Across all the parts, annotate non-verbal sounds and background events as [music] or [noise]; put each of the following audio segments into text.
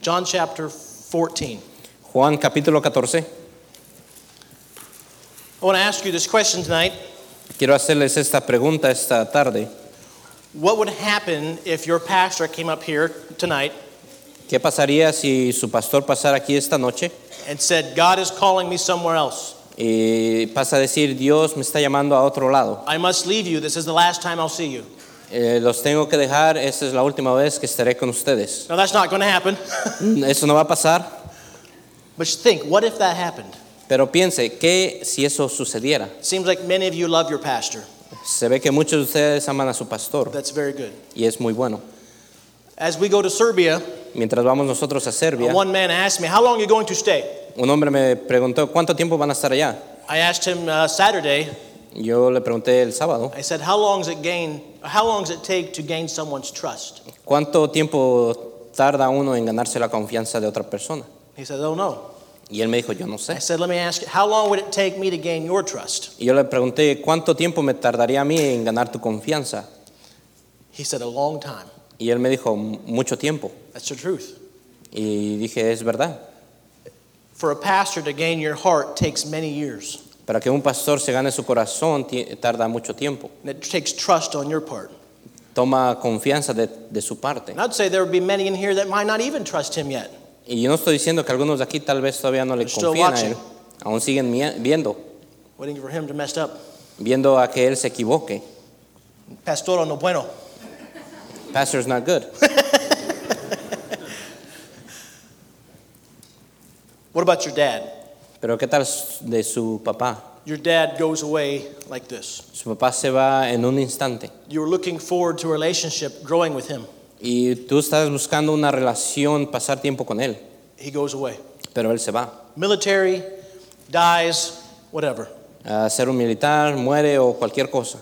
John chapter 14. Juan capítulo 14. I want to ask you this question tonight. Quiero hacerles esta pregunta esta tarde. What would happen if your pastor came up here tonight ¿Qué pasaría si su pastor pasara aquí esta noche and said, God is calling me somewhere else? y Eh, pasa a decir, Dios me está llamando a otro lado? I must leave you. This is the last time I'll see you. Eh, los tengo que dejar, esta es la última vez que estaré con ustedes. Mm, Now, that's not going to happen. Eso no va a pasar, but think, what if that happened? pero piense, ¿qué si eso sucediera? Seems like many of you love your pastor. Se ve que muchos de ustedes aman a su pastor That's very good. y es muy bueno. As we go to Serbia, Mientras vamos nosotros a Serbia, one man asked me, How long are you going to stay? un hombre me preguntó, ¿cuánto tiempo van a estar allá? I asked him uh, Saturday, Yo le pregunté el sábado, I said, How long does it gain? How long does it take to gain someone's trust? ¿cuánto tiempo tarda uno en ganarse la confianza de otra persona? He said, Oh no. Y él me dijo, yo no I sé. said, Let me ask you, how long would it take me to gain your trust? Y yo le pregunté, ¿cuánto tiempo me tardaría a mí en ganar tu confianza? He said, A long time. Y él me dijo, mucho tiempo. That's the truth. Y dije, es verdad. For a pastor to gain your heart takes many years, Para que un pastor se gane su corazón ti- tarda mucho tiempo. and it takes trust on your part. Toma confianza de, de su parte. And I'd say there would be many in here that might not even trust him yet. Y yo no estoy diciendo que algunos de aquí tal vez todavía no le Still confían a watching. él. Aún siguen mie- viendo, Waiting for him to mess up. viendo a que él se equivoque. Pastor no bueno. Pastor's [laughs] not good. What about your dad? Pero ¿qué tal s- de su papá? Your dad goes away like this. Su papá se va en un instante. You're looking forward to a relationship growing with him. Y tú estás buscando una relación, pasar tiempo con él. He goes away. Pero él se va. Military, dies, whatever. a ser un militar, muere o cualquier cosa.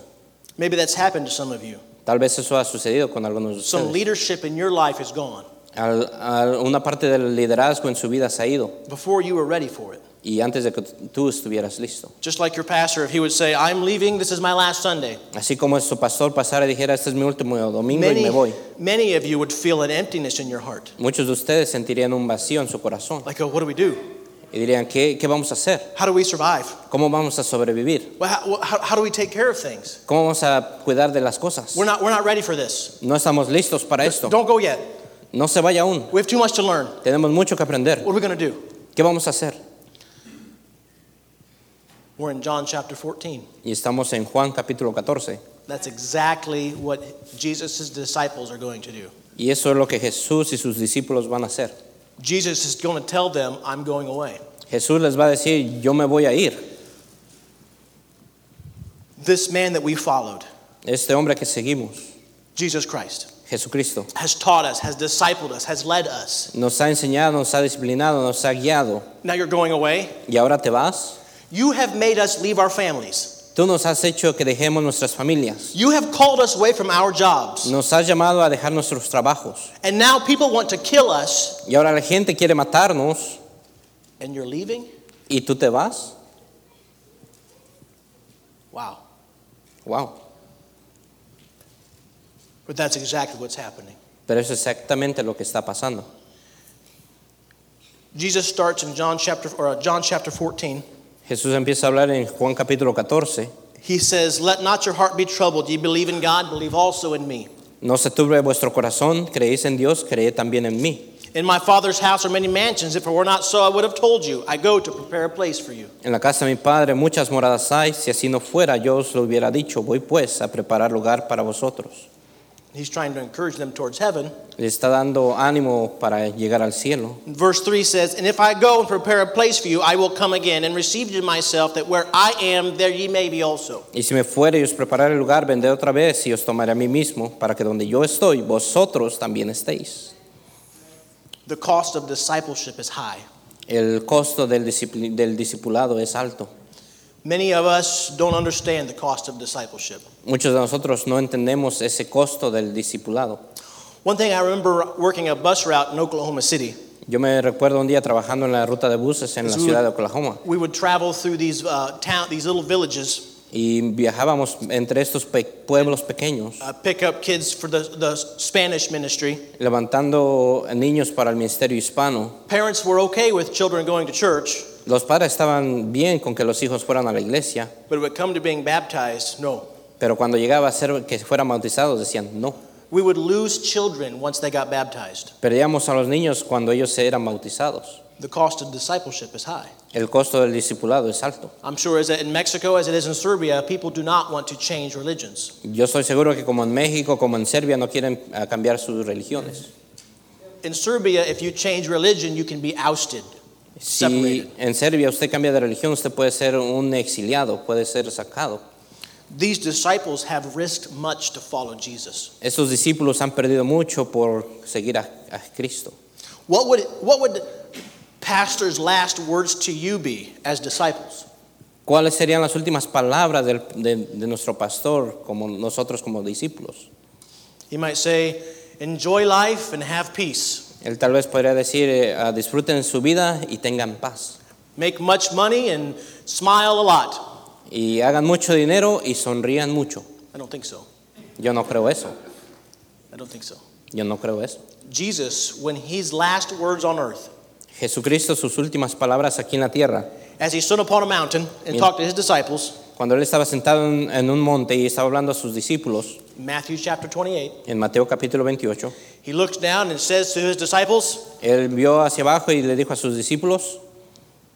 Maybe that's happened to some of you. Tal vez eso ha sucedido con algunos de Some ustedes. leadership in your life is gone Al- al- una parte del liderazgo en su vida se ha ido before you were ready for it. y antes de que tú estuvieras listo. Just like your pastor, if he would say, I'm leaving, this is my last Sunday. Así como su pastor pasara y dijera, este es mi último domingo y Many, me voy. many of you would feel an emptiness in your heart. Muchos de ustedes sentirían un vacío en su corazón Like, oh, what do we do? y dirían, ¿qué, qué vamos a hacer? How do we survive? ¿Cómo vamos a sobrevivir? Well, how, well, how, how do we take care of things? ¿Cómo vamos a cuidar de las cosas? We're not, we're not ready for this. No estamos listos para esto. Don't go yet. No se vaya aún. We have too much to learn. Tenemos mucho que aprender. What are we going to do? ¿Qué vamos a hacer? We're in John chapter 14. Y estamos en Juan capítulo 14. That's exactly what Jesus' disciples are going to do. Y eso es lo que Jesús y sus discípulos van a hacer. Jesus is going to tell them, I'm going away. Jesús les va a decir, yo me voy a ir. This man that we followed, Este hombre que seguimos, Jesus Christ, Jesucristo, has taught us, has discipled us, has led us. nos ha enseñado, nos ha disciplinado, nos ha guiado. Now you're going away. Y ahora te vas. You have made us leave our families. Tú nos has hecho que dejemos nuestras familias. You have called us away from our jobs. Nos has llamado a dejar nuestros trabajos. And now people want to kill us, Y ahora la gente quiere matarnos. and you're leaving? ¿Y tú te vas? Wow. Wow. But that's exactly what's happening. Pero eso es exactamente lo que está pasando. Jesus starts in John chapter, or uh, John chapter 14. Jesús empieza a hablar en Juan capítulo 14. He says, Let not your heart be troubled. Ye believe in God, believe also in me. No se turbe vuestro corazón, creéis en Dios, creed también en mí. In my Father's house are many mansions. If it were not so, I would have told you. I go to prepare a place for you. En la casa de mi padre muchas moradas hay, si así no fuera yo os lo hubiera dicho, voy pues a preparar lugar para vosotros. He's trying to encourage them towards heaven. Le está dando ánimo para llegar al cielo. And Verse 3 says, And if I go and prepare a place for you, I will come again and receive you to myself, that where I am, there ye may be also. Y si me fuere y os prepararé el lugar, vendré otra vez y os tomaré a mí mismo, para que donde yo estoy, vosotros también estéis. The cost of discipleship is high. El costo del, discipli- del discipulado es alto. Many of us don't understand the cost of discipleship. Muchos de nosotros no entendemos ese costo del discipulado. One thing I remember working a bus route in Oklahoma City. Yo me recuerdo un día trabajando en la ruta de buses en la Is we- ciudad de Oklahoma. We would travel through these uh, town, these little villages, Y viajábamos entre estos pe- pueblos pequeños, uh, pick up kids for the, the Spanish ministry. levantando niños para el ministerio hispano. Parents were okay with children going to church, Los padres estaban bien con que los hijos fueran a la iglesia, but when it come to being baptized, no. pero cuando llegaba a ser que fueran bautizados decían no. We would lose children once they got baptized. Perdíamos a los niños cuando ellos se eran bautizados. The cost of discipleship is high. El costo del discipulado es alto. I'm sure as in Mexico as it is in Serbia, people do not want to change religions. Yo estoy seguro que como en México, como en Serbia, no quieren ah, cambiar sus religiones. In Serbia, if you change religion, you can be ousted. Si en Serbia usted cambia de religión, usted puede ser un exiliado, puede ser sacado. These disciples have risked much to follow Jesus. Estos discípulos han perdido mucho por seguir a, a Cristo. What would, what would pastor's last words to you be as disciples? ¿Cuáles serían las últimas palabras del- de, de nuestro pastor, como nosotros como discípulos? He might say, Enjoy life and have peace. Él tal vez podría decir, eh, ah, disfruten su vida y tengan paz. Make much money and smile a lot. Y hagan mucho dinero y sonrían mucho. I don't think so. Yo no creo eso. I don't think so. Yo no creo eso. Jesus, when his last words on earth, Jesucristo, sus últimas palabras aquí en la tierra, as he stood upon a mountain and Yeah. talked to his disciples, cuando él estaba sentado en, en un monte y estaba hablando a sus discípulos, Matthew chapter 28, en Mateo capítulo 28, he looks down and says to his disciples, él vio hacia abajo y le dijo a sus discípulos,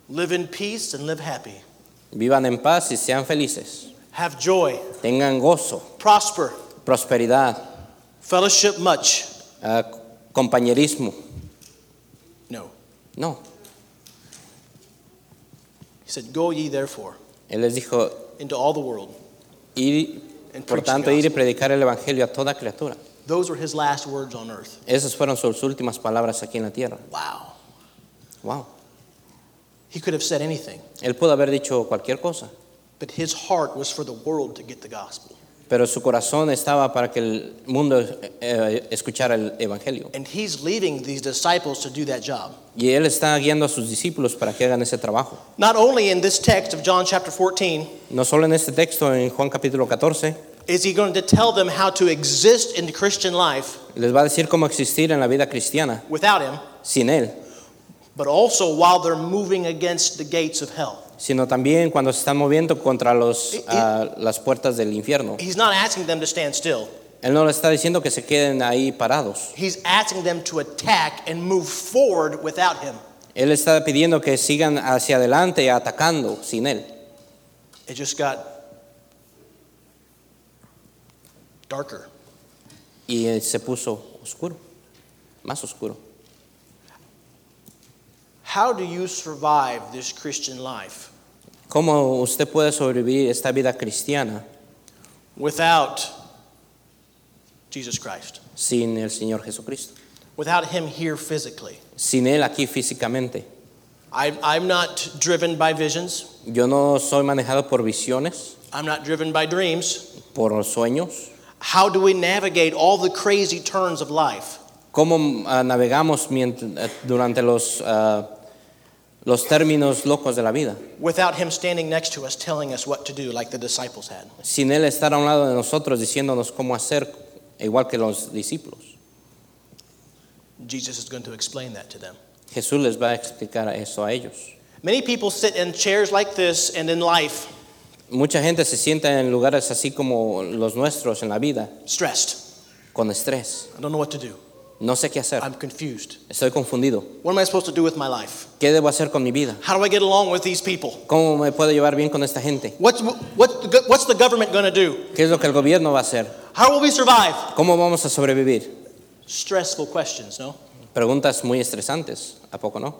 Live in peace and live happy. vivan en paz y sean felices, Have joy, tengan gozo, prosper, prosperidad, fellowship much. ah, compañerismo. No. No, He said, Go ye therefore él les dijo, into all the world. ir, And por preach the tanto, ir y gospel. predicar el Evangelio a toda criatura. Those were his last words on earth. Esas fueron sus últimas palabras aquí en la tierra. Wow. Wow. He could have said anything, Él pudo haber dicho cualquier cosa, but his heart was for the world to get the gospel. pero su corazón estaba para que el mundo eh, escuchara el Evangelio. And he's leading these disciples to do that job. Y él está guiando a sus discípulos para que hagan ese trabajo. Not only in this text of John chapter 14 No solo en este texto, en Juan capítulo 14, is he going to tell them how to exist in the Christian life les va a decir cómo existir en la vida cristiana without him, sin él, but also while they're moving against the gates of hell. sino también cuando se están moviendo contra los, Y- y- ah, las puertas del infierno. He's not asking them to stand still. Él no le está diciendo que se queden ahí parados. He's asking them to attack and move forward without him. Él está pidiendo que sigan hacia adelante atacando sin él. It just got darker. Y eh, se puso oscuro, más oscuro. How do you survive this Christian life ¿Cómo usted puede sobrevivir esta vida cristiana without Jesus Christ? sin el Señor Jesucristo? Without him here physically? Sin él aquí físicamente. I, I'm not driven by visions. Yo no soy manejado por visiones, I'm not driven by dreams. por sueños. How do we navigate all the crazy turns of life? ¿Cómo ah, navegamos mient- eh, durante los, ah, los términos locos de la vida? without him standing next to us telling us what to do like the disciples had. Sin Él estar a un lado de nosotros diciéndonos cómo hacer, igual que los discípulos. Jesus is going to explain that to them. Jesús les va a explicar eso a ellos. Many people sit in chairs like this and in life Mucha gente se sienta en lugares así como los nuestros en la vida, stressed. con estrés. I don't know what to do. No sé qué hacer, I'm confused. estoy confundido. What am I supposed to do with my life? ¿Qué debo hacer con mi vida? How do I get along with these people? ¿Cómo me puedo llevar bien con esta gente? What's, what's, the, go- what's the government going to do? ¿Qué es lo que el gobierno va a hacer? How will we survive? ¿Cómo vamos a sobrevivir? Stressful questions, no? Preguntas muy estresantes, ¿a poco no?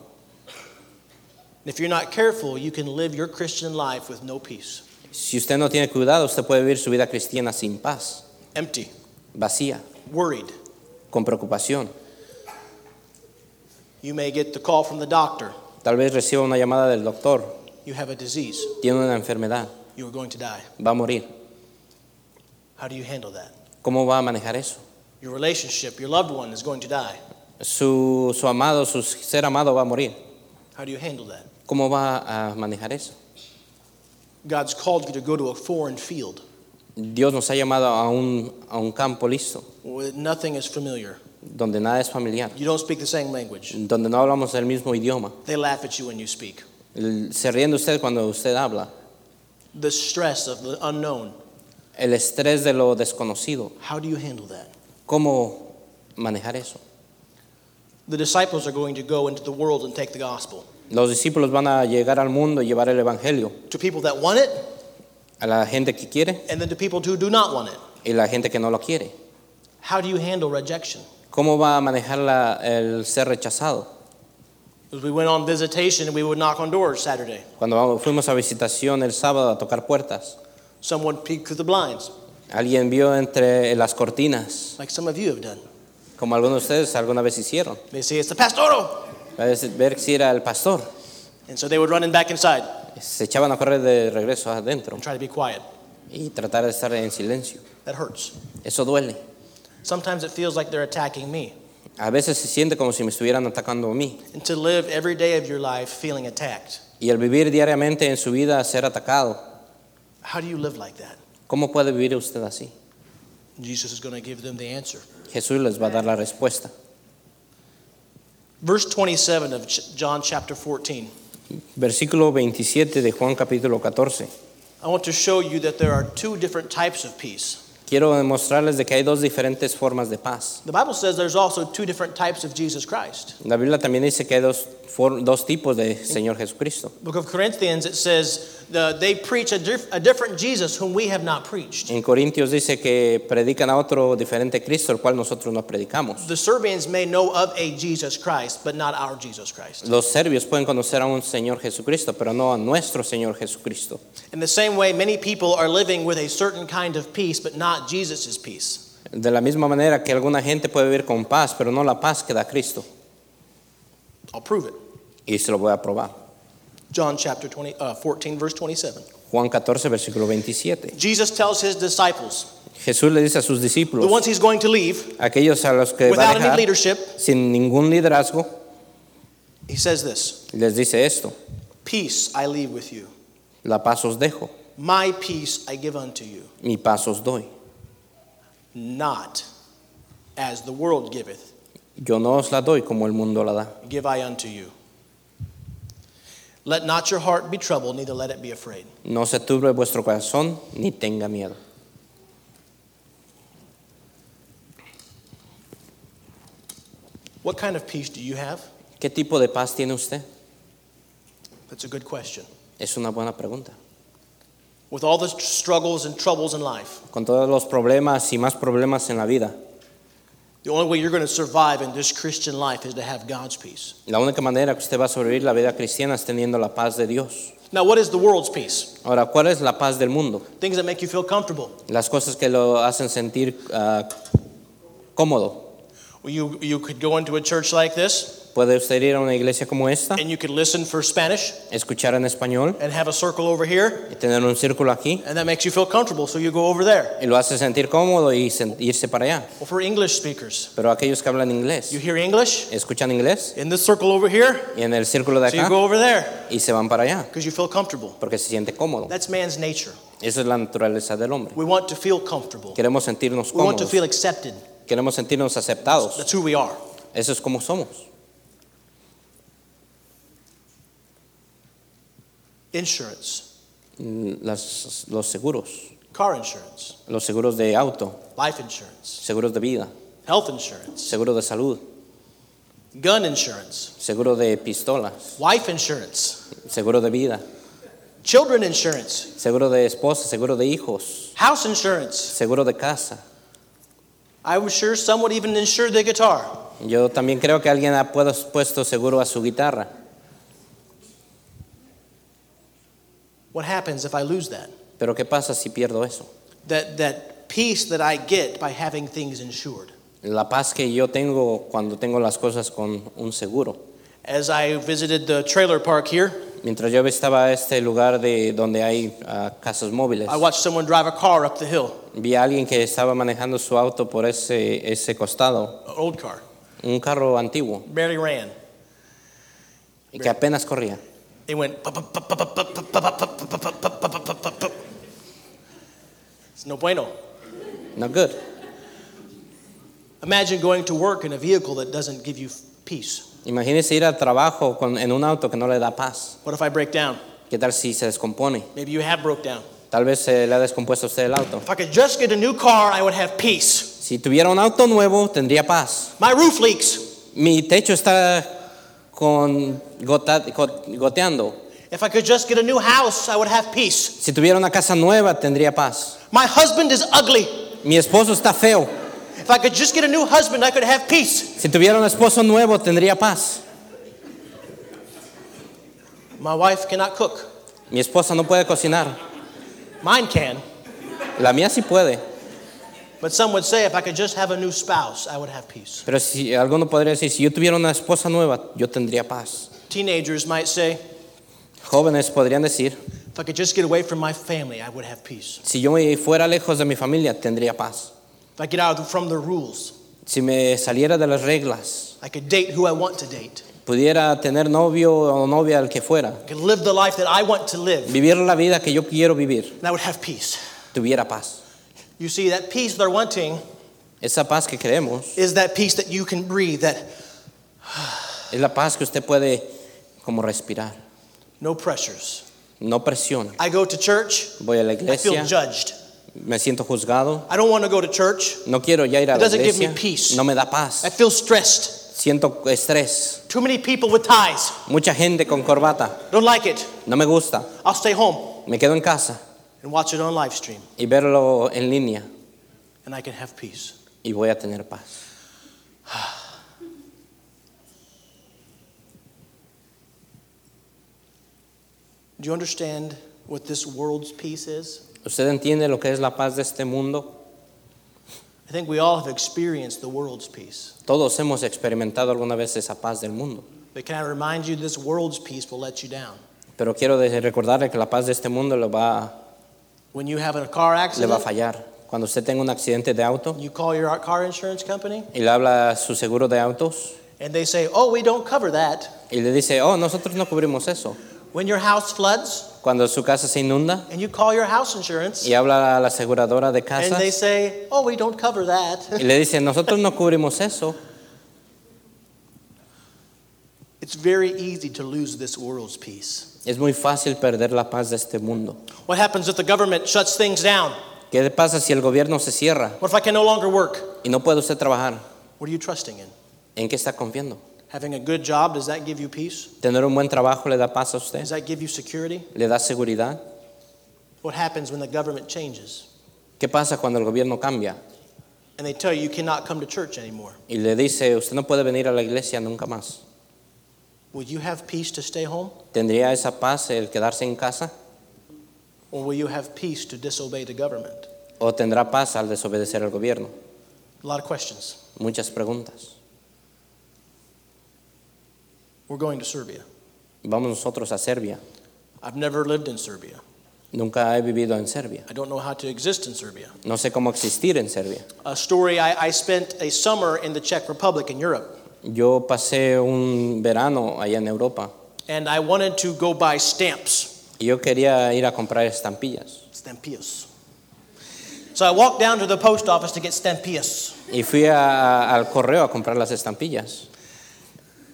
And If you're not careful, you can live your Christian life with no peace, Si usted no tiene cuidado, usted puede vivir su vida cristiana sin paz, empty, vacía, worried. con preocupación. You may get the call from the doctor. Tal vez reciba una llamada del doctor, You have a disease. tiene una enfermedad, You are going to die. va a morir. How do you handle that? ¿Cómo va a manejar eso? Your relationship, your loved one is going to die. Su, su amado, su ser amado va a morir. How do you handle that? ¿Cómo va a manejar eso? God's called you to go to a foreign field Dios nos ha llamado a un, a un campo listo, where nothing is familiar. donde nada es familiar, You don't speak the same language. donde no hablamos el mismo idioma. They laugh at you when you speak. El- se ríen de usted cuando usted habla. The stress of the unknown. El estrés de lo desconocido. How do you handle that? ¿Cómo manejar eso? The disciples are going to go into the world and take the gospel Los discípulos van a llegar al mundo y llevar el evangelio to people that want it a la gente que quiere and then to people who do not want it. y la gente que no lo quiere. How do you handle rejection? ¿Cómo va a manejar la- el ser rechazado? As we went on visitation, we would knock on doors Saturday. Cuando fuimos a visitación el sábado a tocar puertas, Someone peeked through the blinds, alguien vio entre las cortinas, like some of you have done. como algunos de ustedes alguna vez hicieron, They say it's the pastoro, para ver si era el pastor. and so they would run in back inside Se echaban a correr de regreso adentro and try to be quiet. y tratar de estar en silencio. That hurts. Eso duele. Sometimes it feels like they're attacking me. A veces se siente como si me estuvieran atacando a mí. And to live every day of your life feeling attacked. Y el vivir diariamente en su vida ser atacado, How do you live like that? ¿cómo puede vivir usted así? Jesus is going to give them the answer. Jesús les va a dar la respuesta. Verse 27 of Ch- John chapter 14. Versículo 27 de Juan capítulo 14. I want to show you that there are two different types of peace. Quiero demostrarles de que hay dos diferentes formas de paz. The Bible says there's also two different types of Jesus Christ. La Biblia también dice que hay dos, for- dos tipos de Señor Jesucristo. Book of Corinthians, it says the, they preach a, dif- a different Jesus whom we have not preached. En Corintios dice que predican a otro diferente Cristo, el cual nosotros no predicamos. The Serbians may know of a Jesus Christ, but not our Jesus Christ. Los serbios pueden conocer a un Señor Jesucristo, pero no a nuestro Señor Jesucristo. In the same way, many people are living with a certain kind of peace, but not Jesus' peace. De la misma manera que alguna gente puede vivir con paz, pero no la paz que da Cristo. I'll prove it. Y se lo voy a probar. John chapter 20, uh, 14, verse 27. Juan 14, versículo 27. Jesus tells his disciples, Jesús le dice a sus the discípulos, ones he's going to leave, aquellos a los que va a without any dejar leadership, sin ningún liderazgo, he says this les dice esto, Peace I leave with you, la paz os dejo, my peace I give unto you, mi paz os doy. not as the world giveth, Yo no os la doy como el mundo la da. give I unto you. Let not your heart be troubled, neither let it be afraid. No se turbe vuestro corazón ni tenga miedo. What kind of peace do you have? ¿Qué tipo de paz tiene usted? That's a good question. Es una buena pregunta. With all the struggles and troubles in life, Con todos los problemas y más problemas en la vida, the only way you're going to survive in this Christian life is to have God's peace. la única manera que usted va a sobrevivir la vida cristiana es teniendo la paz de Dios. Now, what is the world's peace? Ahora, ¿cuál es la paz del mundo? Things that make you feel comfortable. Las cosas que lo hacen sentir ah, cómodo. Well, You, you could go into a church like this Puede usted ir a una iglesia como esta, and you could listen for Spanish escuchar en español and have a circle over here, y tener un círculo aquí and that makes you feel comfortable, so you go over there. y lo hace sentir cómodo y sen- irse para allá. Well, for English speakers, Pero aquellos que hablan you inglés, hear English escuchan inglés in this circle over here, y en el círculo de so you acá go over there y se van para allá because you feel comfortable. porque se siente cómodo. That's man's nature. Esa es la naturaleza del hombre. We want to feel comfortable, Queremos sentirnos we want to cómodos, feel accepted. queremos sentirnos aceptados. That's who we are. Eso es como somos. Insurance, Mm, Las- los seguros, car insurance, los seguros de auto, life insurance, seguros de vida, health insurance, seguro de salud, gun insurance, seguro de pistolas, wife insurance, seguro de vida, children insurance, seguro de esposa, seguro de hijos, house insurance. seguro de casa. I'm sure some would even insure their guitar. Yo también creo que alguien ha puedo- puesto seguro a su guitarra, What happens if I lose that? pero ¿qué pasa si pierdo eso? That, that peace that I get by having things insured. La paz que yo tengo cuando tengo las cosas con un seguro. As I visited the trailer park here, Mientras yo estaba a este lugar de donde hay ah, casas móviles, I watched someone drive a car up the hill, vi a alguien que estaba manejando su auto por ese, ese costado, an old car, un carro antiguo barely ran. y que apenas corría. They went. "Pup, pup, pup, pup, pup, pup, pup, pup, pup, pup, pup, pup, pup, pup, pup, pup, pup." It's no bueno. Not good. Imagine going to work in a vehicle that doesn't give you peace. Imagínese ir al trabajo con- en un auto que no le da paz. What if I break down? ¿Qué tal si se descompone? Maybe you have broke down. Tal vez se le ha descompuesto a usted el auto. If I could just get a new car, I would have peace. Si tuviera un auto nuevo, tendría paz. My roof leaks. Mi techo está con gota- go- goteando. If I could just get a new house, I would have peace. Si tuviera una casa nueva, tendría paz. My husband is ugly. Mi esposo está feo. If I could just get a new husband, I could have peace. Si tuviera un esposo nuevo, tendría paz. My wife cannot cook. Mi esposa no puede cocinar. Mine can. La mía sí puede. But some would say if I could just have a new spouse, I would have peace. Pero si alguno podría decir, si yo tuviera una esposa nueva, yo tendría paz. Teenagers might say, Jóvenes podrían decir, if I could just get away from my family, I would have peace. si yo me fuera lejos de mi familia, tendría paz. If I get out of- from the rules, Si me saliera de las reglas, I could date who I want to date. pudiera tener novio o novia al que fuera, I could live the life that I want to live, vivir la vida que yo quiero vivir, and I would have peace. tuviera paz. You see, that peace they're wanting Esa paz que creemos is that peace that you can breathe, that es la paz que usted puede como respirar. no pressures. No presiona. I go to church, Voy a la I feel iglesia, judged. me siento juzgado, I don't want to go to church, no quiero ya ir a It la doesn't give me iglesia, peace. no me da I paz, feel stressed. siento estrés, Too many people with ties, mucha gente con corbata, don't like it. no me gusta, I'll stay home me quedo en casa and watch it on live stream, y verlo en línea and I can have peace. y voy a tener paz. Do you understand what this world's peace is? ¿Usted entiende lo que es la paz de este mundo? I think we all have experienced the world's peace. Todos hemos experimentado alguna vez esa paz del mundo, But can I remind you, this world's peace will let you down. pero quiero de- recordarle que la paz de este mundo le va, When you have a car le va a accident, fallar. Cuando usted tenga un accidente de auto you call your car insurance company, y le habla a su seguro de autos and they say, Oh, we don't cover that. y le dice, oh, nosotros no cubrimos eso. When your house floods, Cuando su casa se inunda and you call your house insurance, y habla a la aseguradora de and casa they say, Oh, we don't cover y [laughs] that. le dice, nosotros no cubrimos eso, It's very easy to lose this world's peace. es muy fácil perder la paz de este mundo. What happens if the government shuts things down? ¿Qué pasa si el gobierno se cierra What if I can no longer work? y no puede usted trabajar? What are you trusting in? ¿En qué está confiando? Having a good job, does that give you peace? ¿Tener un buen trabajo le da paz a usted? Does that give you security? ¿Le da seguridad? What happens when the government changes ¿Qué pasa cuando el gobierno cambia and they tell you you cannot come to church anymore? y le dice, usted no puede venir a la iglesia nunca más? Will you have peace to stay home ¿Tendría esa paz el quedarse en casa? or will you have peace to disobey the government? ¿O tendrá paz al desobedecer al gobierno? A lot of questions. Muchas preguntas. We're going to Serbia. Vamos nosotros a Serbia. I've never lived in Serbia. Nunca he vivido en Serbia. I don't know how to exist in Serbia. No sé cómo existir en Serbia. A story I, I spent a summer in the Czech Republic in Europe, Yo pasé un verano allá en Europa and I wanted to go buy stamps. y yo quería ir a comprar estampillas. Stampios. So I walked down to the post office to get stampios. Y fui a- al correo a comprar las estampillas.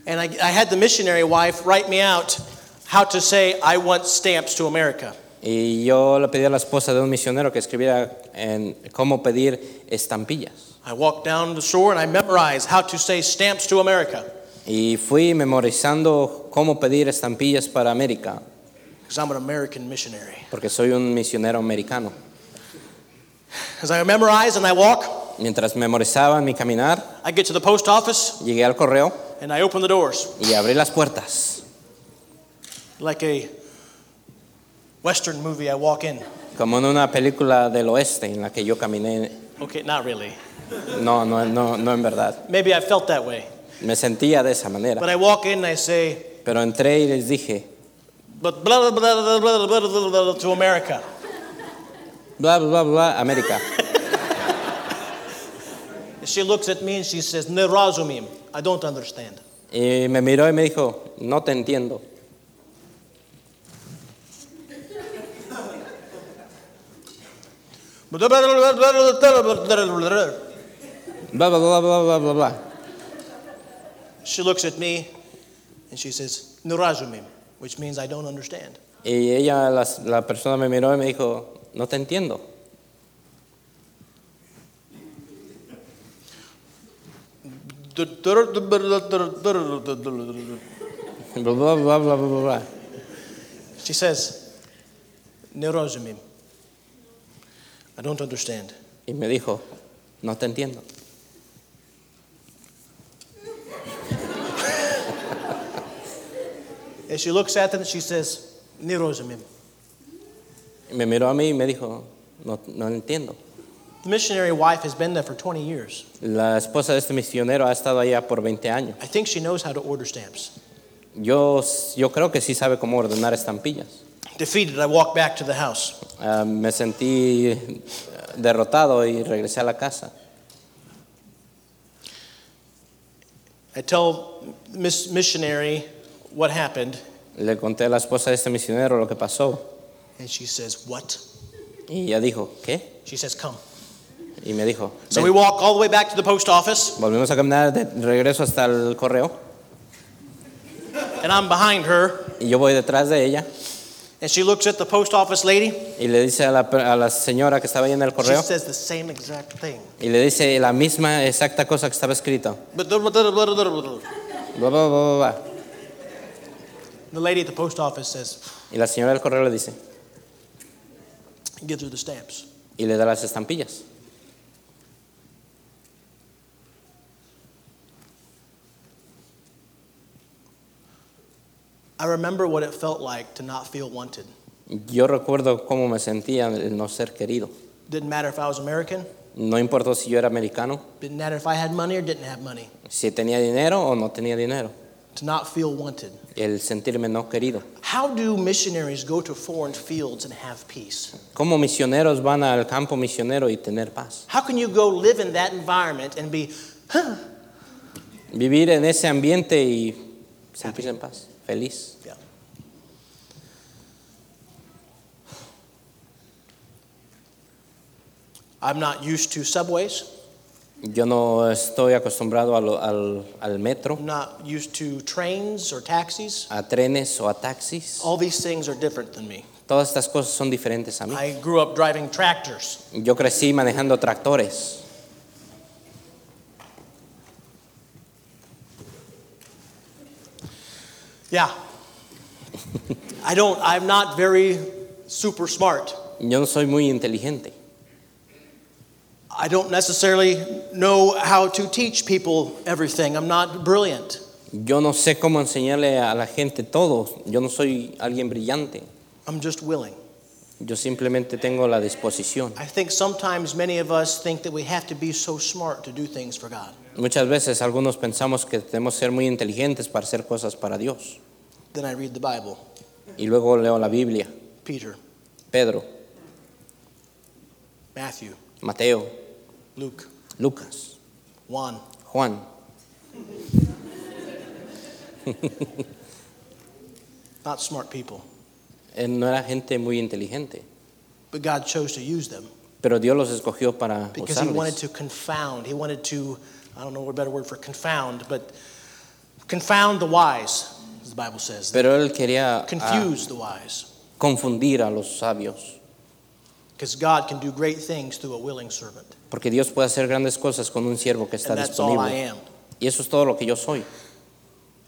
And I, I had the missionary wife write me out how to say, I want stamps to America. Y yo le pedí a la esposa de un misionero que escribiera en cómo pedir estampillas. I walked down the store and I memorized how to say stamps to America Y fui memorizando cómo pedir estampillas para América, because I'm an American missionary. porque soy un misionero americano. As I memorize and I walk, Mientras memorizaba en mi caminar, I get to the post office llegué al correo and I open the doors y abrí las puertas, like a Western movie. I walk in. como en una película del oeste en la que yo caminé. Okay, not really. No, no, no, no en verdad. Maybe I felt that way. Me sentía de esa manera. But I walk in and I say, Pero entré y les dije, but blah, blah, blah, blah, blah, blah, blah, blah, blah, to America. bla, bla, bla, bla, América. And she looks at me and she says, Ne razumim. I don't understand. Y me miró y me dijo, no te entiendo. Blah, blah, blah, blah, blah, blah, blah. She looks at me and she says, Nurajumim, which means I don't understand. Y ella, la, la persona me miró y me dijo, no te entiendo. [laughs] Blah, blah, blah, blah, blah, blah, blah. She says, Nurajumim, I don't understand. Y me dijo, no te entiendo. And she looks at them and she says, Nirozumim. Y me miró a mí y me dijo, no, no entiendo. The missionary wife has been there for 20 years. La esposa de este misionero ha estado allá por 20 años. I think she knows how to order stamps. Yo, yo creo que sí sabe cómo ordenar estampillas. Defeated, I walk back to the house. Ah, me sentí derrotado y regresé a la casa. I tell Miss Missionary what happened, Le conté a la esposa de este misionero lo que pasó. and she says, What? Y ella dijo, ¿qué? She says, Come. Y me dijo, So "Ven". we walk all the way back to the post office, volvimos a caminar de regreso hasta el correo. and I'm behind her, Y yo voy detrás de ella and she looks at the post office lady. y le dice a la, per- a la señora que estaba ahí en el She correo says the same exact thing. y le dice la misma exacta cosa que estaba escrito. But the- The Bla, bla, bla, bla, bla. the lady at the post office says, Y la señora del correo le dice Gives her the stamps. y le da las estampillas. I remember what it felt like to not feel wanted. Yo recuerdo cómo me sentía el no ser querido. Didn't matter if I was American, No importó si yo era americano, didn't matter if I had money or didn't have money. si tenía dinero o no tenía dinero. To not feel wanted. El sentirme no querido. How do missionaries go to foreign fields and have peace? ¿Cómo misioneros van al campo misionero y tener paz? How can you go live in that environment and be, huh? Vivir en ese ambiente y sentirse en paz, feliz. Yeah. I'm not used to subways. Yo no estoy acostumbrado a lo- al, al metro, I'm not used to trains or taxis. a trenes o a taxis. All these things are different than me. Todas estas cosas son diferentes a mí. I grew up driving tractors. Yo crecí manejando tractores. Yeah. I don't, I'm not very super smart. Yo no soy muy inteligente. I don't necessarily know how to teach people everything. I'm not brilliant. Yo no sé cómo enseñarle a la gente todo. Yo no soy alguien brillante. I'm just willing. Yo simplemente tengo la disposición. I think sometimes many of us think that we have to be so smart to do things for God. Muchas veces algunos pensamos que tenemos que ser muy inteligentes para hacer cosas para Dios. Then I read the Bible, Y luego leo la Biblia, Peter, Pedro, Matthew, Mateo, Luke, Lucas, Juan. Juan. Not smart people, Él Eh, no era gente muy inteligente, but God chose to use them pero Dios los escogió para because He wanted usarles. to confound. He wanted to, I don't know what better word for confound, but confound the wise, as the Bible says. Pero él quería ah, Confuse the wise confundir a los sabios, because God can do great things through a willing servant. porque Dios puede hacer grandes cosas con un siervo que está and that's all I disponible. am. Y eso es todo lo que yo soy.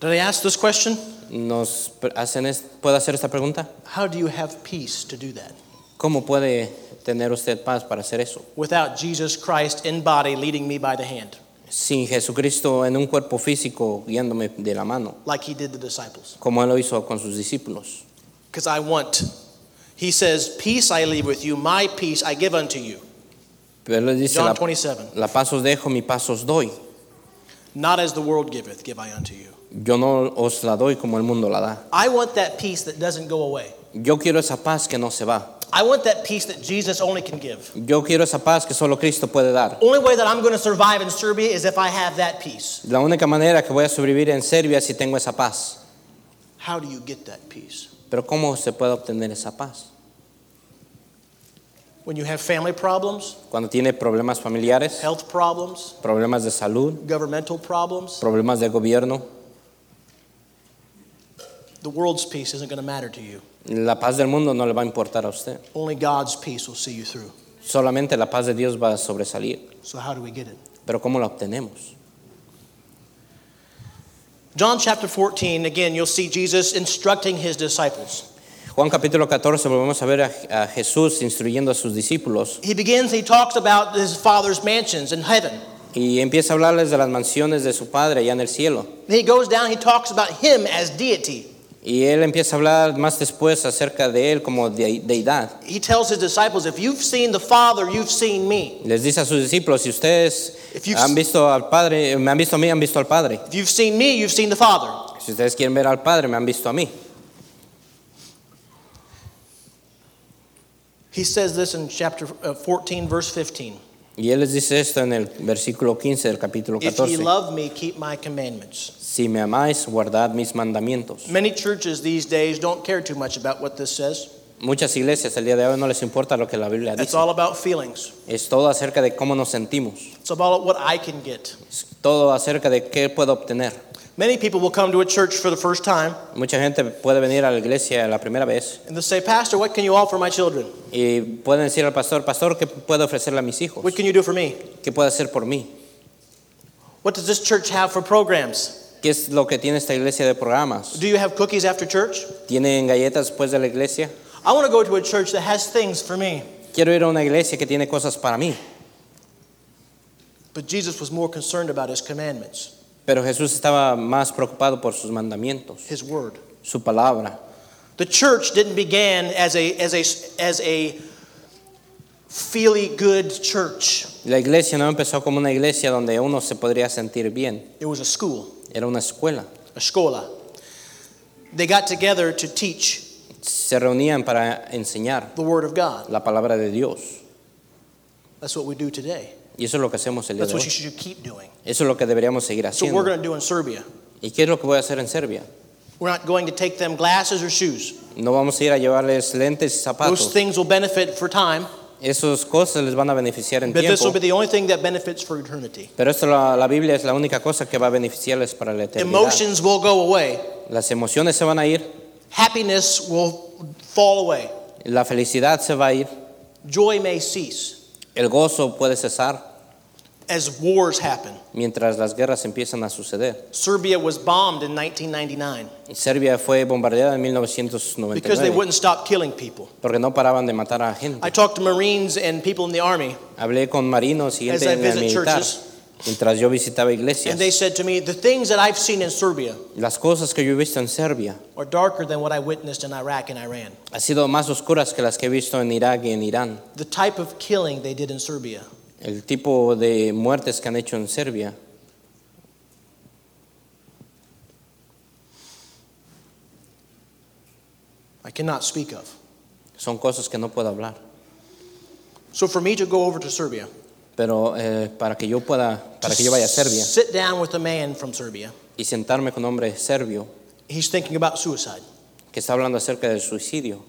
Did I ask this question? Nos pre- hacen es- ¿Puedo hacer esta pregunta? How do you have peace to do that? ¿Cómo puede tener usted paz para hacer eso? Without Jesus Christ in body leading me by the hand, Sin Jesucristo en un cuerpo físico guiándome de la mano, like he did the disciples. como él lo hizo con sus discípulos. Because I want, he says, Peace I leave with you, my peace I give unto you. Pero él les dice, John la, 27. la paz os dejo, mi paz os doy. Not as the world giveth, give I unto you. Yo no os la doy como el mundo la da. I want that peace that doesn't go away. Yo quiero esa paz que no se va. I want that peace that Jesus only can give. Yo quiero esa paz que solo Cristo puede dar. Only way that I'm going to survive in Serbia is if I have that peace. La única manera que voy a sobrevivir en Serbia es si tengo esa paz. How do you get that peace? Pero ¿cómo se puede obtener esa paz? When you have family problems, Cuando tiene problemas familiares, health problems, problemas de salud, governmental problems, problemas de gobierno, the world's peace isn't going to matter to you. la paz del mundo no le va a importar a usted. Only God's peace will see you through. Solamente la paz de Dios va a sobresalir. So, how do we get it? Pero ¿cómo la obtenemos? John chapter 14, again, you'll see Jesus instructing his disciples. Juan capítulo 14, volvemos a ver a, a Jesús instruyendo a sus discípulos He begins, he talks about his father's mansions in heaven. y empieza a hablarles de las mansiones de su Padre allá en el cielo. Then he goes down, he talks about him as deity. Y él empieza a hablar más después acerca de él como de- deidad. He tells his disciples, If you've seen the Father, you've seen me. Les dice a sus discípulos, si ustedes If you've- han visto al Padre, me han visto a mí, han visto al Padre. If you've seen me, you've seen the Father. Si ustedes quieren ver al Padre, me han visto a mí. He says this in chapter uh, 14, verse 15. Y él les dice esto en el versículo 15 del capítulo If ye 14. love me, keep my commandments. Si me amáis, guardad mis mandamientos. Many churches these days don't care too much about what this says. Muchas iglesias el día de hoy no les importa lo que la Biblia It's dice. all about feelings. Es todo acerca de cómo nos sentimos. It's about what I can get. Es todo acerca de qué puedo obtener. Many people will come to a church for the first time Mucha gente puede venir a la iglesia la primera vez and they'll say, Pastor, what can you offer my children? y pueden decir al pastor, pastor, ¿qué puedo ofrecerle a mis hijos? What can you do for me? ¿Qué puede hacer por mí? What does this church have for programs? ¿Qué es lo que tiene esta iglesia de programas? Do you have cookies after church? ¿Tienen galletas después de la iglesia? I want to go to a church that has things for me. Quiero ir a una iglesia que tiene cosas para mí. But Jesus was more concerned about his commandments, Pero Jesús estaba más preocupado por sus mandamientos, his word. su palabra. The church didn't begin as a as a as a feely good church. La iglesia no empezó como una iglesia donde uno se podría sentir bien. It was a school, Era una escuela. a escola. They got together to teach Se reunían para enseñar the word of God. la palabra de Dios. That's what we do today. Y eso es lo que hacemos el día That's de what you hoy. should keep doing. Eso es lo que deberíamos seguir So we're haciendo. going to do in Serbia. ¿Y qué es lo que voy a hacer en Serbia? We're not going to take them glasses or shoes. No vamos a ir a llevarles lentes y Those zapatos. things will benefit for time, Esas cosas les van a beneficiar en but this will tiempo. be the only thing that benefits for eternity. Pero esto, la, la Biblia es la única cosa que va a beneficiarles para la eternidad. Emotions will go away. Las emociones se van a ir, Happiness will fall away. la felicidad se va a ir, Joy may cease el gozo puede cesar as wars happen. mientras las guerras empiezan a suceder. Serbia was bombed in 1999 Serbia fue bombardeada en because they 1999 wouldn't stop killing people. porque no paraban de matar a gente. I talked to Marines and people in the Army, Hablé con marinos y As I gente en la visit militar churches. mientras yo visitaba and they iglesias. said to me, The things that I've seen in Serbia Las cosas que yo he visto en Serbia are darker than what I witnessed in Iraq and Iran. han sido más oscuras que las que he visto en Irak y en Irán. The type of killing they did in Serbia El tipo de muertes que han hecho en Serbia. I cannot speak of. Son cosas que no puedo hablar. So for me to go over to Serbia, Pero eh, para que yo pueda, para que yo vaya a Serbia sit down with a man from Serbia, y sentarme con un hombre serbio he's thinking about suicide. que está hablando acerca del suicidio,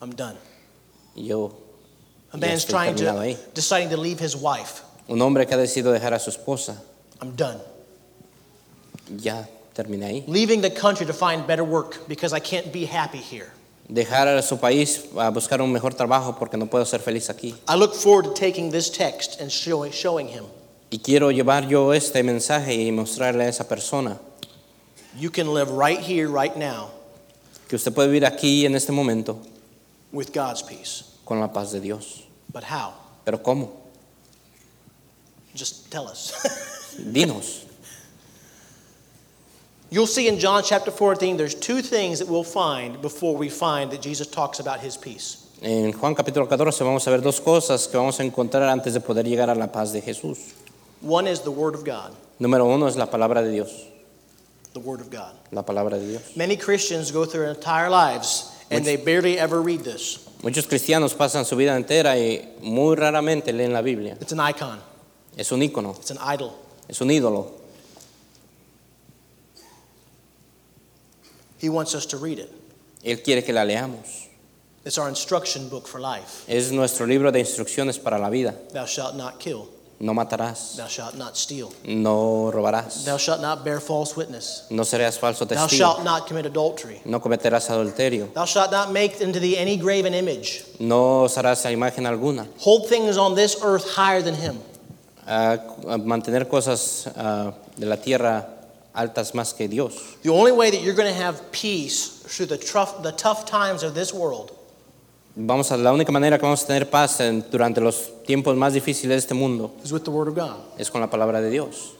I'm done. y yo, A Ya man's estoy trying terminado to ahí. deciding to leave his wife. un hombre que ha decidido dejar a su esposa, I'm done. ya terminé ahí. Leaving the country to find better work because I can't be happy here. Dejar a su país a buscar un mejor trabajo porque no puedo ser feliz aquí. I look forward to taking this text and showing, showing him Y quiero llevar yo este mensaje y mostrarle a esa persona you can live right here, right now, que usted puede vivir aquí en este momento with God's peace. con la paz de Dios. But how? Pero ¿cómo? Just tell us. [laughs] Dinos. You'll see in John chapter 14, there's two things that we'll find before we find that Jesus talks about his peace. En Juan capítulo 14 vamos a ver dos cosas que vamos a encontrar antes de poder llegar a la paz de Jesús. One is the Word of God, Número uno es la palabra de Dios. the Word of God. La palabra de Dios. Many Christians go through their entire lives and they barely ever read this. Muchos cristianos pasan su vida entera y muy raramente leen la Biblia. It's an icon, Es un ícono, it's an idol. es un ídolo. He wants us to read it. Él quiere que la leamos. It's our instruction book for life. Es nuestro libro de instrucciones para la vida. Thou shalt not kill. No matarás, Thou shalt not steal. no robarás, Thou shalt not bear false witness. no serás falso Thou testigo, shalt not commit adultery. no cometerás adulterio, Thou shalt not make into thee any graven image. no usarás a imagen alguna. Hold things on this earth higher than him. a a mantener cosas ah, de la tierra altas más que Dios. The only way that you're going to have peace through the tough, the tough times of this world Vamos a, la única manera que vamos a tener paz en- durante los tiempos más difíciles de este mundo is with the Word of God. es con la palabra de Dios.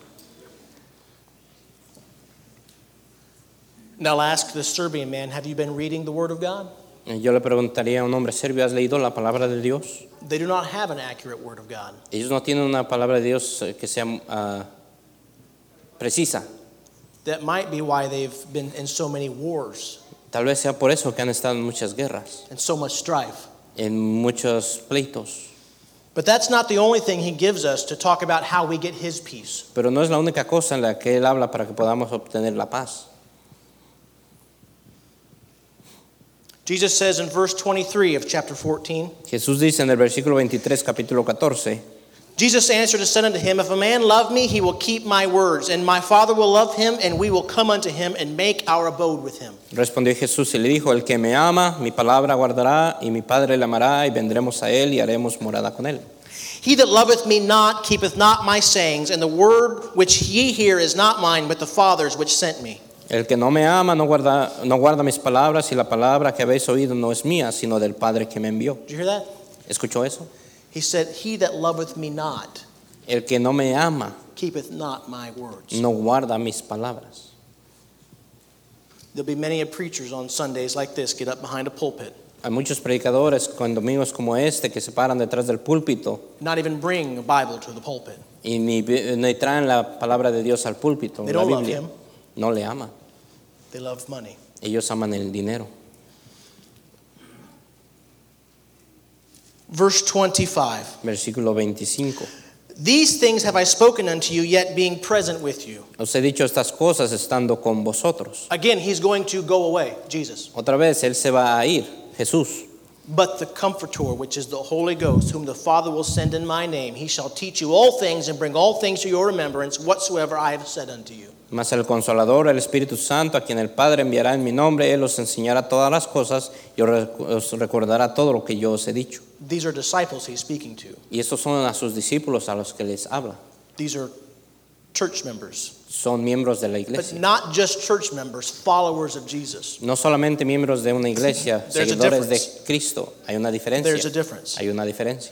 And I'll ask the Serbian man, Have you been reading the Word of God? Eh, Yo le preguntaría a un hombre serbio, ¿has leído la palabra de Dios? They do not have an accurate Word of God. Ellos no tienen una palabra de Dios eh, que sea ah, precisa. That might be why they've been in so many wars Tal vez sea por eso que han estado en muchas guerras, and so much strife. en muchos pleitos. But that's not the only thing he gives us to talk about how we get his peace. Pero no es la única cosa en la que Él habla para que podamos obtener la paz. Jesus says in verse 23 of chapter 14, Jesús dice en el versículo 23, capítulo 14, Jesus answered and said unto him, If a man love me, he will keep my words, and my Father will love him, and we will come unto him and make our abode with him. Respondió Jesús y le dijo, el que me ama, mi palabra guardará, y mi Padre le amará, y vendremos a él y haremos morada con él. He that loveth me not keepeth not my sayings, and the word which ye hear is not mine, but the Father's which sent me. El que no me ama no guarda, no guarda mis palabras, y la palabra que habéis oído no es mía, sino del Padre que me envió. Did you hear that? ¿Escuchó eso? He said, He that loveth me not El que no me ama keepeth not my words. no guarda mis palabras. There'll be many a preachers on Sundays like this get up behind a pulpit, Hay muchos predicadores con domingos como este que se paran detrás del púlpito not even bring a Bible to the pulpit. y ni, vi- ni traen la palabra de Dios al púlpito, They la don't love Biblia. him. No le ama. They love money. Ellos aman el dinero. Verse 25 Versículo 25. These things have I spoken unto you, yet being present with you. Os he dicho estas cosas estando con vosotros. Again, he's going to go away, Jesus. Otra vez, Él se va a ir, Jesús. But the Comforter, which is the Holy Ghost, whom the Father will send in my name, he shall teach you all things and bring all things to your remembrance whatsoever I have said unto you. Mas el Consolador, el Espíritu Santo, a quien el Padre enviará en mi nombre, Él os enseñará todas las cosas y os recu- os recordará todo lo que yo os he dicho. These are disciples he's speaking to, Y estos son a sus discípulos a los que les habla. these are church members. Son miembros de la But iglesia. not just church members, followers of Jesus. No solamente miembros de una iglesia, There's a seguidores de difference. Cristo. Hay una There's a diferencia. difference. Hay una diferencia.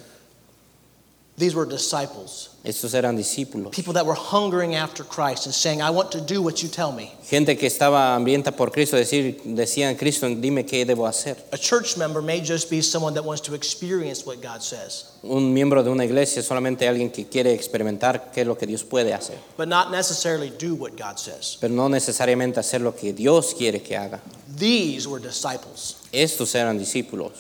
These were disciples, Estos eran discípulos. people that were hungering after Christ and saying, I want to do what you tell me. Gente que estaba hambrienta por Cristo, decir, decían, Cristo, dime qué debo hacer. A church member may just be someone that wants to experience what God says, un miembro de una iglesia es solamente alguien que quiere experimentar qué es lo que Dios puede hacer, but not necessarily do what God says. pero no necesariamente hacer lo que Dios quiere que haga. These were disciples. Estos eran discípulos.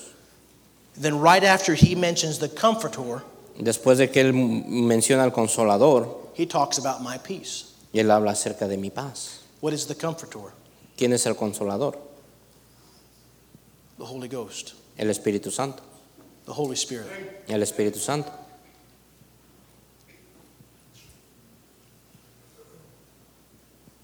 Then, right after he mentions the Comforter, Después de que él menciona al consolador, he talks about my peace. él habla acerca de mi paz. What is the Comforter? ¿Quién es el consolador? The Holy Ghost, El Espíritu Santo. the Holy Spirit. El Espíritu Santo.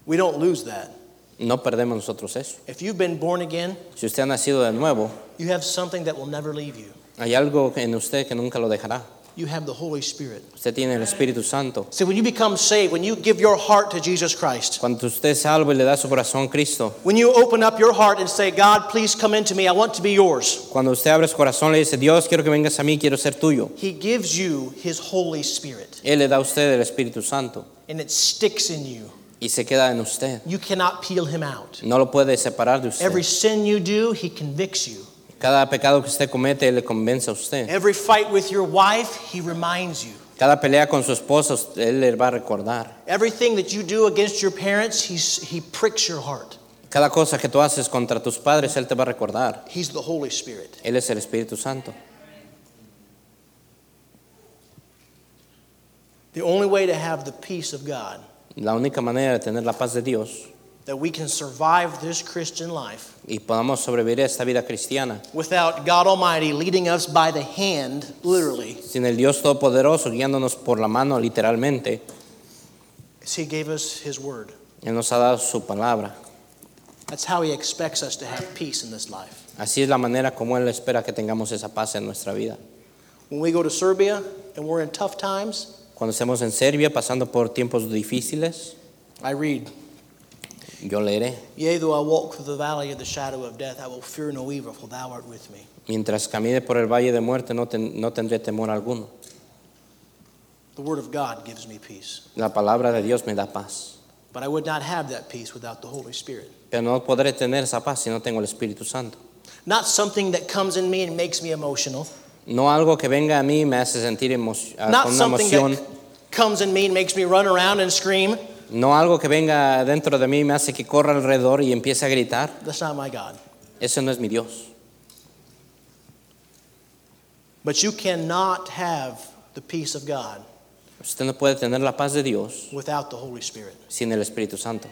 We don't lose that. No perdemos nosotros eso. If you've been born again, Si usted ha nacido de nuevo, you have something that will never leave you. hay algo en usted que nunca lo dejará. You have the Holy Spirit. Usted tiene el Espíritu Santo. See, when you become saved, when you give your heart to Jesus Christ, Cuando usted es salvo y le da su corazón a Cristo, when you open up your heart and say, God, please come into me, I want to be yours. cuando usted abre su corazón le dice, Dios, quiero que vengas a mí, quiero ser tuyo. He gives you His Holy Spirit, Él le da a usted el Espíritu Santo and it sticks in you. y se queda en usted. You cannot peel Him out. No lo puede separar de usted. Every sin you do, He convicts you. Cada pecado que usted comete, Él le convence a usted. Every fight with your wife, He reminds you. Cada pelea con su esposo, Él le va a recordar. Everything that you do against your parents, he's, He pricks your heart. Cada cosa que tú haces contra tus padres, Él te va a recordar. He's the Holy Spirit. Él es el Espíritu Santo. The only way to have the peace of God La única manera de tener la paz de Dios that we can survive this Christian life y podamos sobrevivir a esta vida cristiana. without God Almighty leading us by the hand, literally, Sin el Dios Todopoderoso guiándonos por la mano literalmente, as He gave us His Word. Él nos ha dado su palabra. That's how He expects us to have peace in this life. Así es la manera como Él espera que tengamos esa paz en nuestra vida. When we go to Serbia and we're in tough times, Cuando estemos en Serbia pasando por tiempos difíciles, I read, yo leeré. Yea, though I walk through the valley of the shadow of death, I will fear no evil, for thou art with me. Mientras camine por el valle de muerte no, ten- no tendré temor alguno. The Word of God gives me peace. La palabra de Dios me da paz. But I would not have that peace without the Holy Spirit. Pero no podré tener esa paz si no tengo el Espíritu Santo. Not something that comes in me and makes me emotional. No algo que venga a mí y me hace sentir emo- ah, Not con una something emoción. that comes in me and makes me run around and scream. No algo que venga dentro de mí y me hace que corra alrededor y empiece a gritar. That's not my God. Ese no es mi Dios. But you cannot have the peace of God Usted no puede tener la paz de Dios without the Holy Spirit. sin el Espíritu Santo.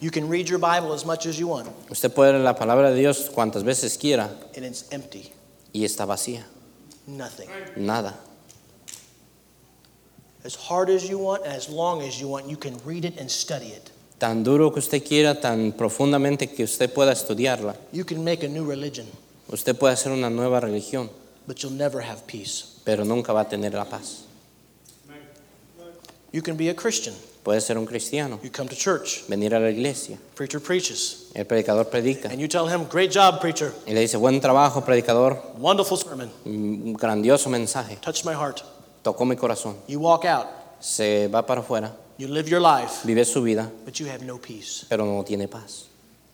You can read your Bible as much as you want, Usted puede leer la palabra de Dios cuantas veces quiera and it's empty. y está vacía. Nothing. Nada. As hard as you want, and as long as you want, you can read it and study it. Tan duro que usted quiera, tan profundamente que usted pueda estudiarla. You can make a new religion, Usted puede hacer una nueva religión, but you'll never have peace. pero nunca va a tener la paz. You can be a Christian. Puede ser un cristiano, You come to church, venir a la iglesia, preacher preaches, el predicador predica and you tell him, Great job, preacher. y le dice, buen trabajo, predicador, Wonderful sermon. Mm, grandioso mensaje, Touched my heart. tocó mi corazón. You walk out. Se va para afuera, You live your life, vive su vida, but you have no peace. pero no tiene paz.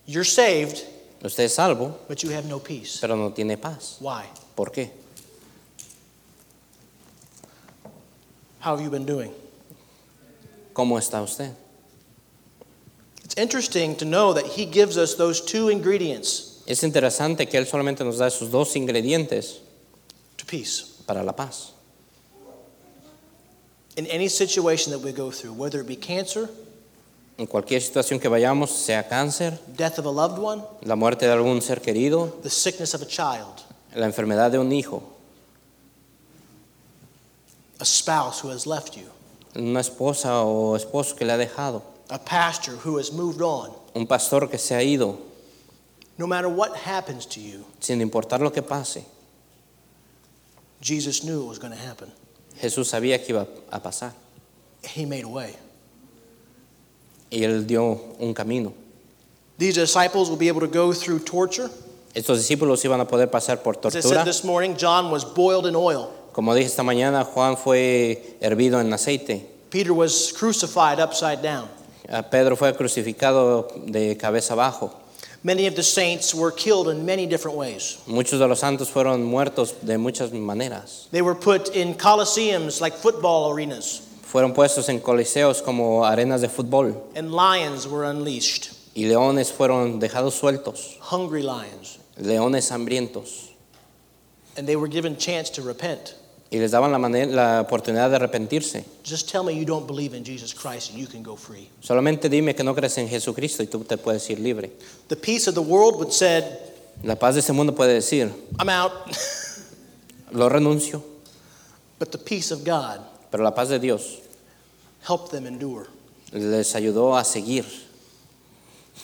You're saved, Usted es salvo, but you have no peace. pero no tiene paz. Why? ¿Por qué? How have you been doing? ¿Cómo está usted? It's interesting to know that he gives us those two ingredients Es interesante que Él solamente nos da esos dos ingredientes to peace para la paz. in any situation that we go through, whether it be cancer, En cualquier situación que vayamos, sea cáncer, death of a loved one, la muerte de algún ser querido, the sickness of a child, la enfermedad de un hijo, a spouse who has left you, una esposa o esposo que le ha dejado, a pastor who has moved on. un pastor que se ha ido, No matter what happens to you, sin importar lo que pase, Jesus knew it was going to happen. Jesús sabía que iba a pasar He made a way. y él dio un camino. These disciples will be able to go through torture. Estos discípulos iban a poder pasar por As I said tortura. this morning, John was boiled in oil. Como dije esta mañana, Juan fue hervido en aceite. Peter was crucified upside down. A Pedro fue crucificado de cabeza abajo. Many of the saints were killed in many different ways. Muchos de los santos fueron muertos de muchas maneras. They were put in coliseums like football arenas, Fueron puestos en coliseos como arenas de fútbol and lions were unleashed, y leones fueron dejados sueltos, hungry lions, leones hambrientos. and they were given chance to repent. y les daban la, mane- la oportunidad de arrepentirse. Just tell me you don't believe in Jesus Christ and you can go free. Solamente dime que no crees en Jesucristo y tú te puedes ir libre. The peace of the world would said, La paz de este mundo puede decir, I'm out. [laughs] lo renuncio, but the peace of God pero la paz de Dios helped them endure. les ayudó a seguir.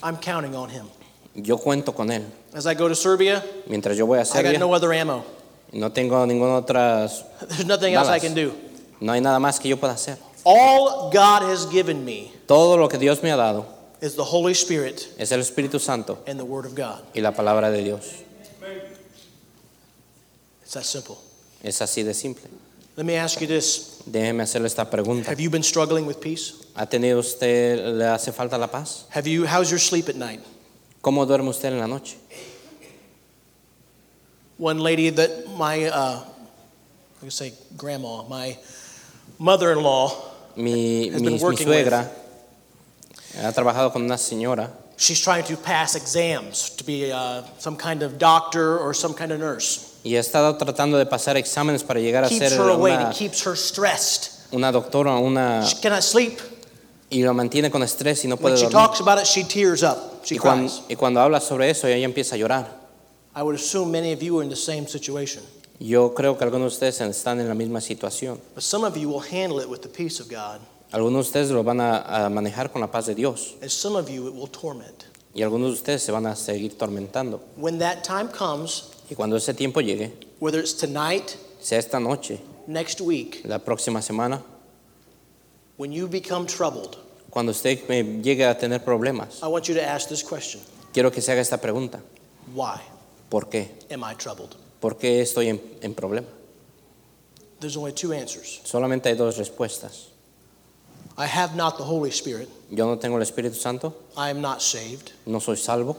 I'm counting on him. Yo cuento con Él. As I go to Serbia, Mientras yo voy a I got Serbia, no other ammo. [laughs] no tengo ninguna otra, There's nothing else I Balas. can do. no hay nada más que yo pueda hacer. All God has given me Todo lo que Dios me ha dado is the Holy Spirit es el Espíritu Santo and the Word of God. y la palabra de Dios. It's that simple. Es así de simple. Let me ask you this Déjeme hacerle esta pregunta. Have you been struggling with peace? ¿Ha tenido usted, le hace falta la paz? Have you, how's your sleep at night? ¿Cómo duerme usted en la noche? One lady that my, uh, I could say grandma, my mother in law, Mi, Has mi- been mi working suegra ha trabajado con una señora she's trying to pass exams to be uh, some kind of doctor or some kind of nurse. y ha estado tratando de pasar exámenes para llegar a Keeps ser her awake, una, it keeps her stressed. una doctora una, She cannot sleep. y lo mantiene con estrés y no When puede she dormir. talks about it, she tears up. She Y cuando, cries. y cuando habla sobre eso, ella empieza a llorar. I would assume many of you are in the same situation. Yo creo que algunos de ustedes están en la misma situación. But some of you will handle it with the peace of God, Algunos de ustedes lo van a, a manejar con la paz de Dios and some of you it will torment. y algunos de ustedes se van a seguir tormentando. When that time comes, Y cuando ese tiempo llegue, whether it's tonight, sea esta noche, next week, la próxima semana, when you become troubled, cuando usted eh, llegue a tener problemas, I want you to ask this question quiero que se haga esta pregunta. Why ¿Por qué? am I troubled? ¿Por qué estoy en, en problema? There's only two answers Solamente hay dos respuestas. I have not the Holy Spirit, Yo no tengo el Espíritu Santo, I am not saved, no soy salvo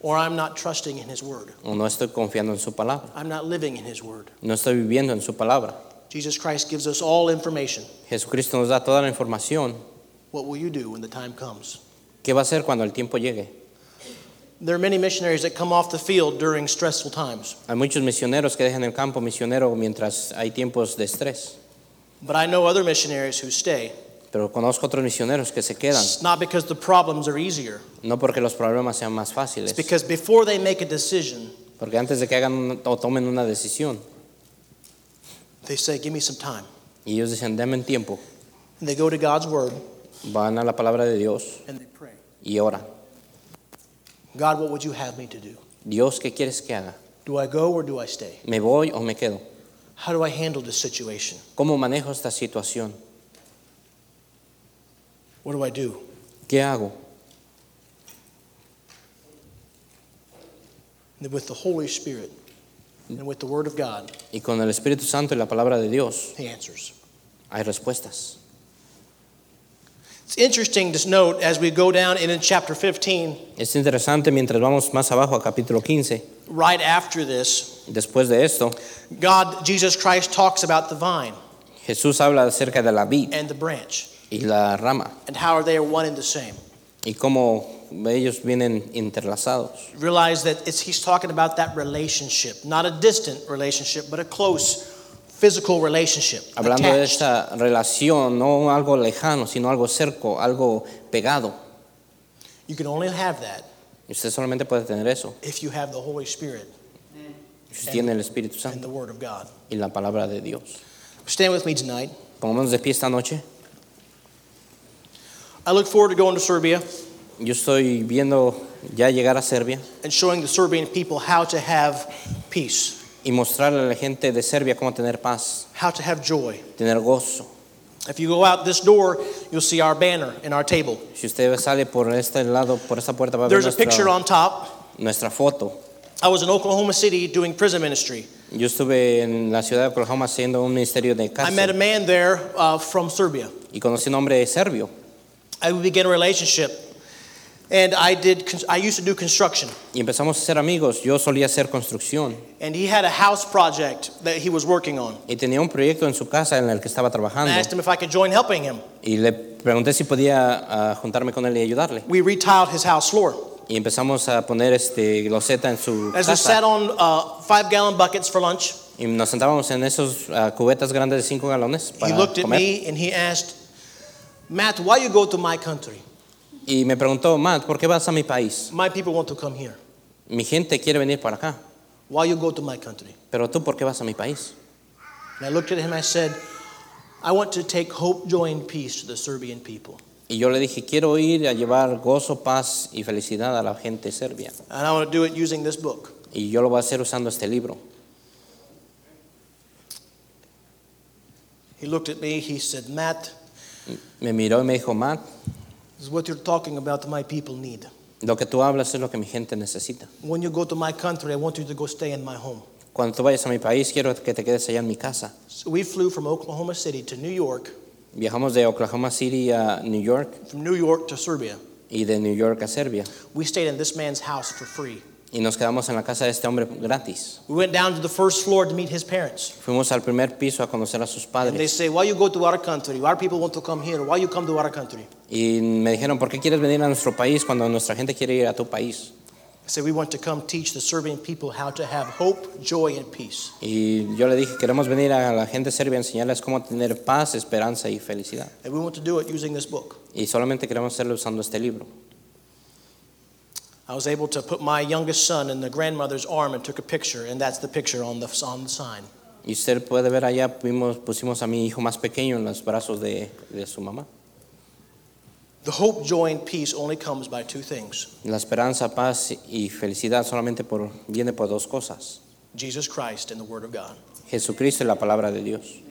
or I'm not trusting in His Word, o no estoy confiando en su palabra, I'm not living in His Word. no estoy viviendo en su palabra. Jesus Christ gives us all information. Jesucristo nos da toda la información. What will you do when the time comes? ¿Qué va a hacer cuando el tiempo llegue? There are many missionaries that come off the field during stressful times, Hay muchos misioneros que dejan el campo misionero mientras hay tiempos de estrés, but I know other missionaries who stay. pero conozco otros misioneros que se quedan, It's not because the problems are easier. no porque los problemas sean más It's fáciles, because before they make a decision, porque antes de que hagan un- o tomen una decisión, they say, Give me some time. y ellos dicen, denme un tiempo, And they go to God's Word van a la palabra de Dios and they pray y oran. God, what would you have me to do? Dios, ¿qué quieres que haga? Do I go or do I stay? ¿Me voy o me quedo? How do I handle this situation? ¿Cómo manejo esta situación? What do I do? ¿Qué hago? And with the Holy Spirit and with the Word of God, Y con el Espíritu Santo y la palabra de Dios He answers. hay respuestas. It's interesting to note as we go down and in chapter 15, Es interesante, mientras vamos más abajo a capítulo 15, right after this, después de esto, God, Jesus Christ, talks about the vine Jesús habla acerca de la vid and the branch y la rama and how they are one and the same. y cómo ellos vienen entrelazados. Realize that it's, he's talking about that relationship, not a distant relationship, but a close physical relationship. Hablando de attached. esta relación, no algo lejano, sino algo cerco, algo pegado. You can only have that Y Usted solamente puede tener eso if you have the Holy Spirit si tiene el Espíritu and Santo the Word of God. y la palabra de Dios. Stand with me tonight. Pongámonos de pie esta noche. I look forward to going to Serbia Yo estoy viendo ya llegar a Serbia and showing the Serbian people how to have peace, y mostrarle a la gente de Serbia cómo tener paz, how to have joy. tener gozo. If you go out this door, you'll see our banner and our table. Si usted sale por este lado, por esta puerta, va a ver There's a picture nuestra, on top. nuestra foto. I was in Oklahoma City doing prison ministry. Yo estuve en la ciudad de Oklahoma haciendo un ministerio de I met a cárcel man there uh, from Serbia. y conocí a un hombre serbio. I we began a relationship, and I did. con- I used to do construction, Y empezamos a ser amigos. Yo solía hacer construcción and he had a house project that he was working on. y tenía un proyecto en su casa en el que estaba And trabajando. I asked him if I could join helping him. Y le pregunté si podía ah, juntarme con él y ayudarle. We retiled his house floor. Y empezamos a poner este gloseta en su As we sat casa. on uh, five-gallon buckets for lunch, Y nos sentábamos en esos ah, cubetas grandes de 5 galones he para looked at comer. me and he asked, "Matt, why you go to my country? Y me preguntó, Matt, ¿por qué vas a mi país? My people want to come here. Mi gente quiere venir para acá. Why you go to my country?" Pero tú, ¿por qué vas a mi país? And I looked at him. I said, "I want to take hope, joy, and peace to the Serbian people." Y yo le dije, quiero ir a llevar gozo, paz y felicidad a la gente serbia. And I want to do it using this book. Y yo lo voy a hacer usando este libro. He looked at me, he said, Matt, Me miró y me dijo, Matt, this is what you're talking about, my people need. lo que tú hablas es lo que mi gente necesita. When you go to my country, I want you to go stay in my home. Cuando tú vayas a mi país, quiero que te quedes allá en mi casa. So we flew from Oklahoma City to New York, Viajamos de Oklahoma City a New York from New York to Serbia. y de New York a Serbia. We stayed in this man's house for free. Y nos quedamos en la casa de este hombre gratis. We went down to the first floor to meet his parents. Fuimos al primer piso a conocer a And sus they padres. say, Why you go to our country? Our people want to come here. Why you come to our country? Y me dijeron, ¿por qué quieres venir a nuestro país cuando nuestra gente quiere ir a tu país? I said, We want to come teach the Serbian people how to have hope, joy, and peace. Y yo le dije, queremos venir a la gente serbia a enseñarles cómo tener paz, esperanza y felicidad. And we want to do it using this book. Y solamente queremos hacerlo usando este libro. I was able to put my youngest son in the grandmother's arm and took a picture, and that's the picture on the, on the sign. Y usted puede ver allá, vimos- pusimos a mi hijo más pequeño en los brazos de, de su mamá. The hope, joy, and peace only comes by two things La esperanza, paz y felicidad solamente por, viene por dos cosas. Jesus Christ and the Word of God. Jesucristo y la palabra de Dios.